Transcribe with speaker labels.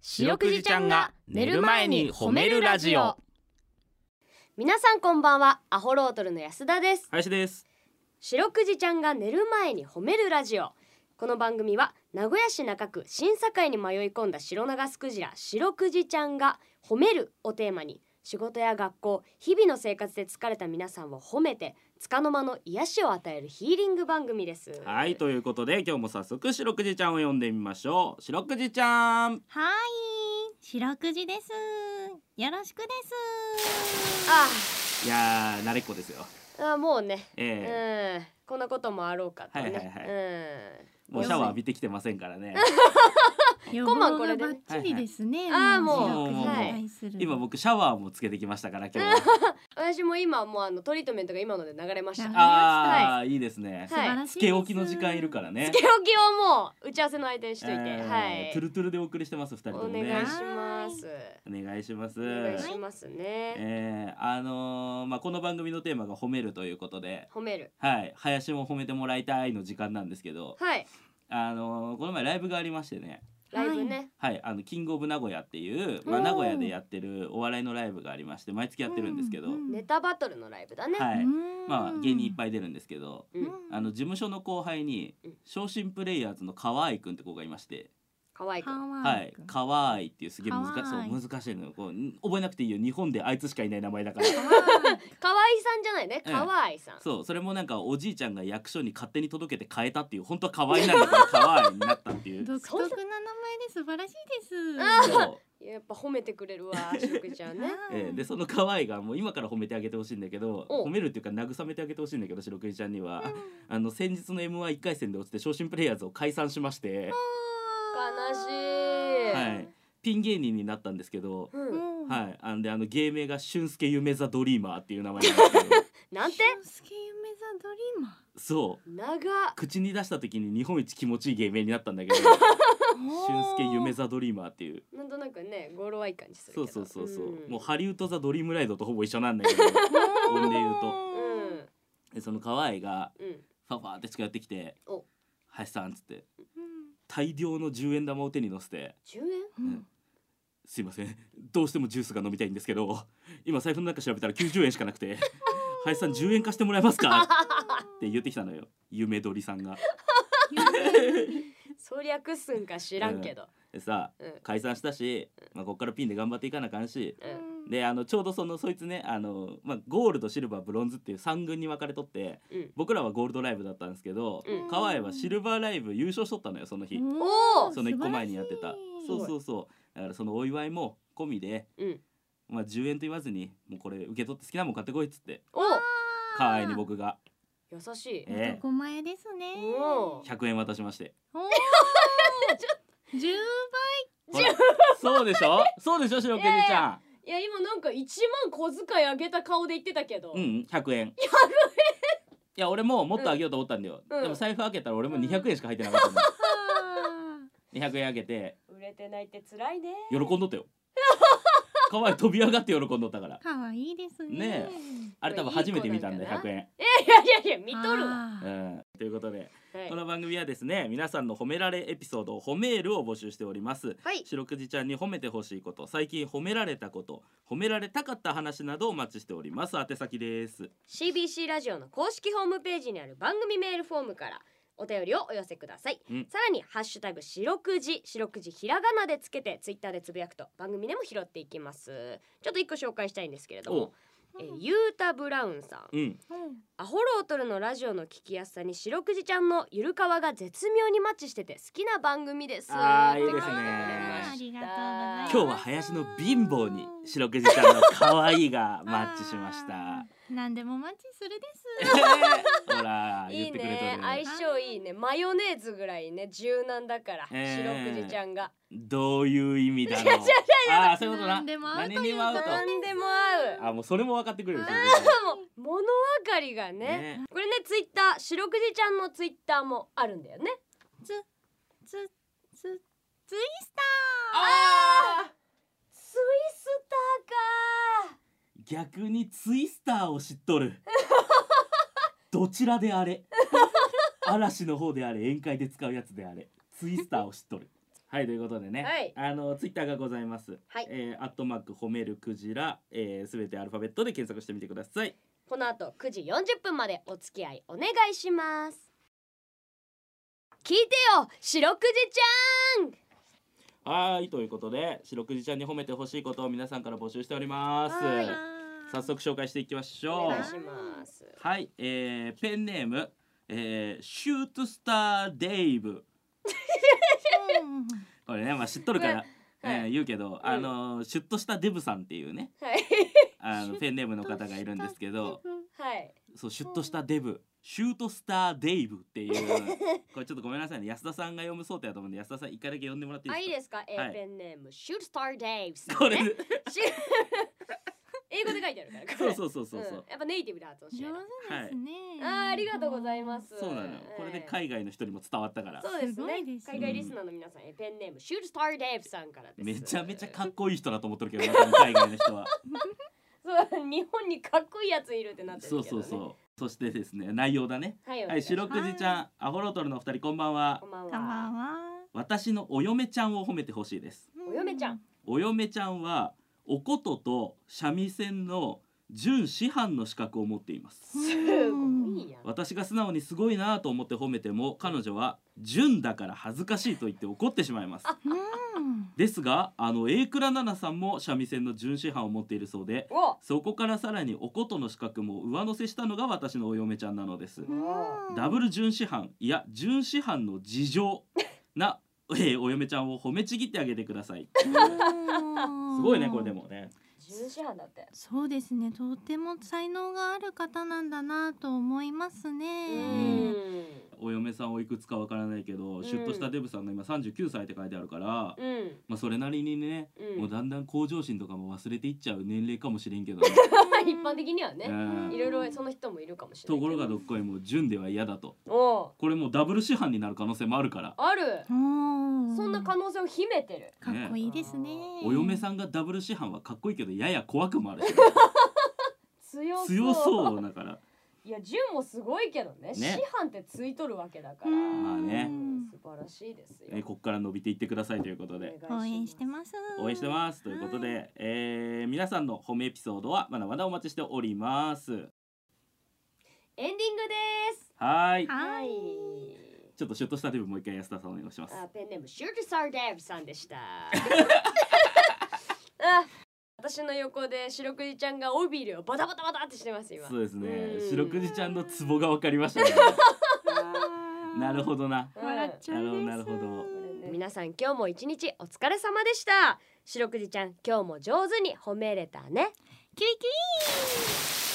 Speaker 1: 白くじちゃんが寝る前に褒めるラジオ
Speaker 2: 皆さんこんばんはアホロートルの安田です
Speaker 1: 林です
Speaker 2: 白くじちゃんが寝る前に褒めるラジオこの番組は名古屋市中区審査会に迷い込んだ白長スクジラ白くじちゃんが褒めるをテーマに仕事や学校日々の生活で疲れた皆さんを褒めて束の間の癒しを与えるヒーリング番組です
Speaker 1: はいということで今日も早速白くじちゃんを呼んでみましょう白くじちゃん
Speaker 3: はーい、白くじです。よろしくです。
Speaker 2: あ
Speaker 1: いやー慣れっこですよ
Speaker 2: ああもうね、
Speaker 1: え
Speaker 2: うんこんなこともあろうかとね、
Speaker 1: はいはいは
Speaker 2: う
Speaker 1: い
Speaker 2: ん
Speaker 1: ー、もうシャワー浴びてきてませんからね
Speaker 3: 予
Speaker 2: 今晩
Speaker 3: 防
Speaker 2: これ
Speaker 3: が
Speaker 2: で
Speaker 3: バッチリですね。
Speaker 2: はいはい
Speaker 1: あーもう
Speaker 3: 白くじに
Speaker 1: はい
Speaker 3: 対する
Speaker 1: 今僕シャワーもつけてきましたから今日
Speaker 2: 私も今もうあのトリートメントが今ので流れました
Speaker 3: 流れ
Speaker 1: あーいいですね
Speaker 3: 素晴らしいです。
Speaker 1: つけ置きの時間いるからね
Speaker 2: つけ置きをもう打ち合わせの相手にしといて、
Speaker 1: えー
Speaker 2: はい
Speaker 1: トゥルトゥルでお送りしてます二人と
Speaker 2: お
Speaker 1: もね
Speaker 2: 願いします
Speaker 1: お願いします
Speaker 2: お願いしますね、
Speaker 1: えー、あのー、まあこの番組のテーマが褒めるということで
Speaker 2: 褒める
Speaker 1: はい林も褒めてもらいたいの時間なんですけど
Speaker 2: はい
Speaker 1: あのーこの前ライブがありましてね
Speaker 2: ライブね、
Speaker 1: はいあのキングオブ名古屋っていう、ま
Speaker 2: お
Speaker 1: あ、
Speaker 2: ー
Speaker 1: 名古屋でやってるお笑いのライブがありまして毎月やってるんですけど、
Speaker 3: うんうん
Speaker 2: ネタバトルのライブだね、
Speaker 1: はいまあ芸人いっ
Speaker 3: い。
Speaker 1: ぱい出るんですけど
Speaker 2: うん
Speaker 3: うん
Speaker 1: あの事務所の後輩に
Speaker 2: うん
Speaker 1: 昇進プレイヤーズの河合くんって子がいまして、
Speaker 2: 可愛く
Speaker 1: はい
Speaker 3: かわ
Speaker 1: 河合っていうすげえ難し
Speaker 3: 河合
Speaker 1: そう難しいのこうん覚えなくていいよ日本であいつしかいない名前 だから
Speaker 3: いい
Speaker 2: 可愛さんじゃないね
Speaker 1: ええ
Speaker 2: 可愛さん、
Speaker 1: そうそれもなんかおじいちゃんが役所に勝手に届けて変えたっていう本当は河合なんだけど河合になった っていう。
Speaker 3: 独特な名前で素晴らしいです。
Speaker 1: そう
Speaker 2: やっぱ褒めてくれる わしろくじちゃんね
Speaker 1: えー、でその可愛いがもう今から褒めてあげてほしいんだけど
Speaker 2: お
Speaker 1: 褒めるっていうか慰めてあげてほしいんだけど白くじちゃんには、あの先日の m 1 1回戦で落ちて昇進プレイヤーズを解散しまして、
Speaker 2: 悲しい
Speaker 1: はい、ピン芸人になったんですけど、
Speaker 2: う
Speaker 3: い
Speaker 2: ん、
Speaker 3: もう
Speaker 1: はい、あんであの芸名が「俊介夢座ドリーマー」っていう名前なんです けど
Speaker 2: なんて
Speaker 3: 俊介夢座ドリーマ
Speaker 1: そう
Speaker 2: 長っ
Speaker 1: 口に出した時に日本一気持ちいい芸名になったんだけ ど
Speaker 3: ー。
Speaker 1: 俊介夢
Speaker 3: 座。
Speaker 1: 座ドリーマーっていう
Speaker 2: なんとなくね語呂合い感じするけ
Speaker 1: そう
Speaker 2: ど
Speaker 1: そうそうそう、
Speaker 2: ん
Speaker 1: もうハリウッド・ザ・ドリームライドとほぼ一緒なんだけど
Speaker 3: ほ
Speaker 1: んで言 うと
Speaker 2: うん
Speaker 1: でその可愛いが
Speaker 2: うん
Speaker 1: ファファーって近寄ってきて
Speaker 2: お
Speaker 1: 「林さん」っつって大量の10円玉を手に乗せて
Speaker 2: 10円
Speaker 1: うん「すいませんどうしてもジュースが飲みたいんですけど今財布の中調べたら90円しかなくて林さん10円貸してもらえますか?」って言ってきたのよ夢鳥さんが。
Speaker 2: そりゃくすんか知らんけど、
Speaker 1: でさ
Speaker 2: うん
Speaker 1: 解散したし、まあ、こっからピンで頑張っていかなあかんし。
Speaker 2: うん
Speaker 1: であのちょうどそのそいつねあの、まあ、ゴールドシルバーブロンズっていう3軍に分かれとって
Speaker 2: うん
Speaker 1: 僕らはゴールドライブだったんですけど
Speaker 2: うん
Speaker 1: 河合はシルバーライブ優勝しとったのよその日。
Speaker 2: おー
Speaker 1: その1個前にやってたそうそうそうだからそのお祝いも込みで、
Speaker 2: うん
Speaker 1: まあ、10円と言わずにもうこれ受け取って好きなもん買ってこいっつって
Speaker 2: お
Speaker 1: 可愛いに僕が
Speaker 2: 優しい
Speaker 1: え
Speaker 3: 男前ですね。
Speaker 2: おー
Speaker 1: 100円渡しまして
Speaker 3: おー十
Speaker 1: ほらそうでしょそうでしょ白くじち
Speaker 2: いやい
Speaker 1: ゃ
Speaker 2: いや今なんか1万小遣いあげた顔で言ってたけど、
Speaker 1: んうんうん100円100円いや俺ももっとあげようと思ったんだよ、
Speaker 2: うん
Speaker 1: でも財布開けたら俺も200円しか入ってなかったんだよ200円開けて
Speaker 2: 売れてないって辛いね
Speaker 1: 喜ん どったよ可愛い飛び上がって喜んどったから
Speaker 3: 可愛いですね。
Speaker 1: ねあれ多分初めて見たんだよ
Speaker 2: いい子
Speaker 1: 100円
Speaker 2: いやいやいや見とるわ、
Speaker 3: あ
Speaker 1: う
Speaker 3: ー
Speaker 1: ん、ということで
Speaker 2: はい
Speaker 1: この番組はですね皆さんの褒められエピソードを褒めールを募集しております
Speaker 2: はい
Speaker 1: 白くじちゃんに褒めてほしいこと最近褒められたこと褒められたかった話などをお待ちしております宛先です
Speaker 2: CBC ラジオの公式ホームページにある番組メールフォームからお便りをお寄せください、
Speaker 1: うん
Speaker 2: さらに「ハッシュタグ白くじ」白くじひらがなでつけてツイッターでつぶやくと番組でも拾っていきますちょっと一個紹介したいんですけれども、えー、ゆうたブラウンさん
Speaker 1: うん
Speaker 3: うん
Speaker 2: アホロートルのラジオの聞きやすさに白くじちゃんのゆるかわが絶妙にマッチしてて好きな番組です
Speaker 1: あーいい
Speaker 2: って
Speaker 1: ですね
Speaker 3: ありがとうございます
Speaker 1: 今日は林の貧乏に白くじちゃんの可愛いがマッチしまし
Speaker 3: あ
Speaker 1: た
Speaker 3: ー。何でもマッチするで
Speaker 1: え
Speaker 3: す。
Speaker 1: ーほら
Speaker 2: い
Speaker 1: 言
Speaker 2: い
Speaker 1: ってくれと
Speaker 2: ね
Speaker 1: る
Speaker 2: 相
Speaker 1: ね
Speaker 2: 性いいねマヨネーズぐらいね柔軟だから、
Speaker 1: えー
Speaker 2: 白くじちゃんが
Speaker 1: どういう意味だろう
Speaker 2: いやいやい
Speaker 1: あーそういうことな
Speaker 3: 何でも合うという
Speaker 1: 何にも合うと
Speaker 2: 何でも合う
Speaker 1: あもうそれも分かってくれる白く
Speaker 2: でも物分かりがね
Speaker 1: じちゃんね
Speaker 2: これねツイッター白くじちゃんのツイッターもあるんだよね
Speaker 3: つつツイス
Speaker 2: あツイスターか
Speaker 1: 逆にツイスターを知っと るどちら であれ嵐の方であれ宴会で使うやつであれツイスターを知っとるはいということでね、
Speaker 2: はい
Speaker 1: あのツイッターがございます。
Speaker 2: はい
Speaker 1: えーアットマーク褒めるクジラ、えー、すべてアルファベットで検索してみてください。
Speaker 2: この後9時40分までお付き合いお願いします聞いてよ白くじちゃん
Speaker 1: はいということで白くじちゃんに褒めてほしいことを皆さんから募集しております。
Speaker 2: はい
Speaker 1: 早速紹介していきまし
Speaker 2: お
Speaker 1: ょう
Speaker 2: 願い。します
Speaker 1: はい、えー、ペンネーム、えー、シュートスターデイブ。これねまあ知っとるから、
Speaker 2: うんはい
Speaker 1: えー言うけど、あのシュッとしたデブさんっていうね
Speaker 2: はい
Speaker 1: あのペンネームの方がいるんですけど。
Speaker 2: はい
Speaker 1: そうシュッとしたデブシュートスターデイブっていう これちょっとごめんなさいね安田さんが読む想定だと思うんで安田さん一回だけ読んでもらってい
Speaker 2: あい
Speaker 1: い
Speaker 2: い
Speaker 1: です
Speaker 2: ですか、えーペンネームシュースターデイブさ
Speaker 1: か
Speaker 2: ん
Speaker 1: これ
Speaker 2: ねシュ英語で書いてあるからこ
Speaker 1: そ
Speaker 2: れ
Speaker 1: うそうそうそうそう、
Speaker 2: んやっぱネイティブで発音し
Speaker 3: 上
Speaker 2: ないと
Speaker 3: 手ですね。
Speaker 2: あーありがとうございます
Speaker 1: そうなのよこれで海外の人にも伝わったから
Speaker 2: そうです
Speaker 3: すご
Speaker 2: ね
Speaker 3: いです
Speaker 2: 海外リスナーの皆さん、えーペンネームシュースターデイブさんからです
Speaker 1: めちゃめちゃかっこいい人だと思ってるけど中の海外の人は
Speaker 2: そう日本にかっこいいやついるってなってるけど、
Speaker 1: そう
Speaker 2: ね、
Speaker 1: そうそうそしてですね内容だね
Speaker 2: はい、お
Speaker 1: は
Speaker 2: 願
Speaker 1: い
Speaker 2: いしま
Speaker 1: 白
Speaker 2: す
Speaker 1: くじちゃん、アホロトルのお二人こんばんは
Speaker 2: こんばんは
Speaker 3: こんばんは。
Speaker 1: 私のお嫁ちゃんを褒めてほしいです
Speaker 2: お嫁ちゃん。
Speaker 1: お嫁ちゃんはおことと三味線の準師範の資格を持っています
Speaker 2: すごいやん
Speaker 1: 私が素直にすごいなぁと思って褒めても彼女は純だから恥ずかしいと言って怒ってしまいます
Speaker 3: うん。
Speaker 1: ですがあの A 倉奈々さんも三味線の準師範を持っているそうで
Speaker 2: お
Speaker 1: そこからさらにおことの資格も上乗せしたのが私のお嫁ちゃんなのです
Speaker 3: うん
Speaker 1: ダブル準師範いや準師範の事情な、えーお嫁ちゃんを褒めちぎってあげてください
Speaker 3: す
Speaker 1: すごいねこれで。もね
Speaker 2: 重視班だって
Speaker 3: そうですね。とても才能がある方なんだなと思います
Speaker 2: う
Speaker 3: ね。
Speaker 2: ん
Speaker 1: お嫁さんをいくつかわからないけど、
Speaker 2: ん
Speaker 1: シュッとしたデブさんが今39歳って書いてあるから、
Speaker 2: うん
Speaker 1: まあそれなりにね、
Speaker 2: うん
Speaker 1: もうだんだん向上心とかも忘れていっちゃう年齢かもしれんけどね、
Speaker 2: 一般的には
Speaker 1: う
Speaker 2: ね
Speaker 1: ん
Speaker 3: ね
Speaker 2: いろいろその人もいるかもしれ
Speaker 1: と
Speaker 2: ない
Speaker 1: こ
Speaker 2: け
Speaker 1: ろ
Speaker 2: ど
Speaker 1: がどっこいもう純では嫌だと
Speaker 2: おう
Speaker 1: これもうダブル師範になる可能性もあるから、
Speaker 2: ある
Speaker 3: おー
Speaker 2: そんな可能性を秘めてる
Speaker 3: かっこいいですね。
Speaker 1: お嫁さんがダブル師範はかっこいいけどやや怖くも あるし、
Speaker 2: 強そう
Speaker 1: 強そうだから
Speaker 2: いや純もすごいけどね
Speaker 1: ね
Speaker 2: 師範ってついとるわけだから
Speaker 3: うん
Speaker 1: まあね
Speaker 2: うん素晴らしいですよ
Speaker 1: ね、こっから伸びていってくださいということで
Speaker 2: お
Speaker 3: 応
Speaker 2: 願い
Speaker 3: 援
Speaker 2: し
Speaker 3: してます。
Speaker 1: 応援してますということで、えー皆さんの褒めエピソードはまだまだお待ちしております
Speaker 2: エンディングです
Speaker 1: はーい
Speaker 3: はい。
Speaker 1: ちょっとシュッとしたデブもう一回安田さんお願いします
Speaker 2: あペンネームシューティサーデーブさんでしたあ私の横で白くじちゃんが尾びれをバタバタバタってしてます今
Speaker 1: そうですね
Speaker 2: うん
Speaker 1: 白くじちゃんのツボが分かりましたねなるほどな
Speaker 2: うん
Speaker 3: 笑っちゃうです。
Speaker 1: なるほどなるほど
Speaker 2: 皆さん今日も一日お疲れ様でした白くじちゃん今日も上手に褒めれたね
Speaker 3: キュイキュイ。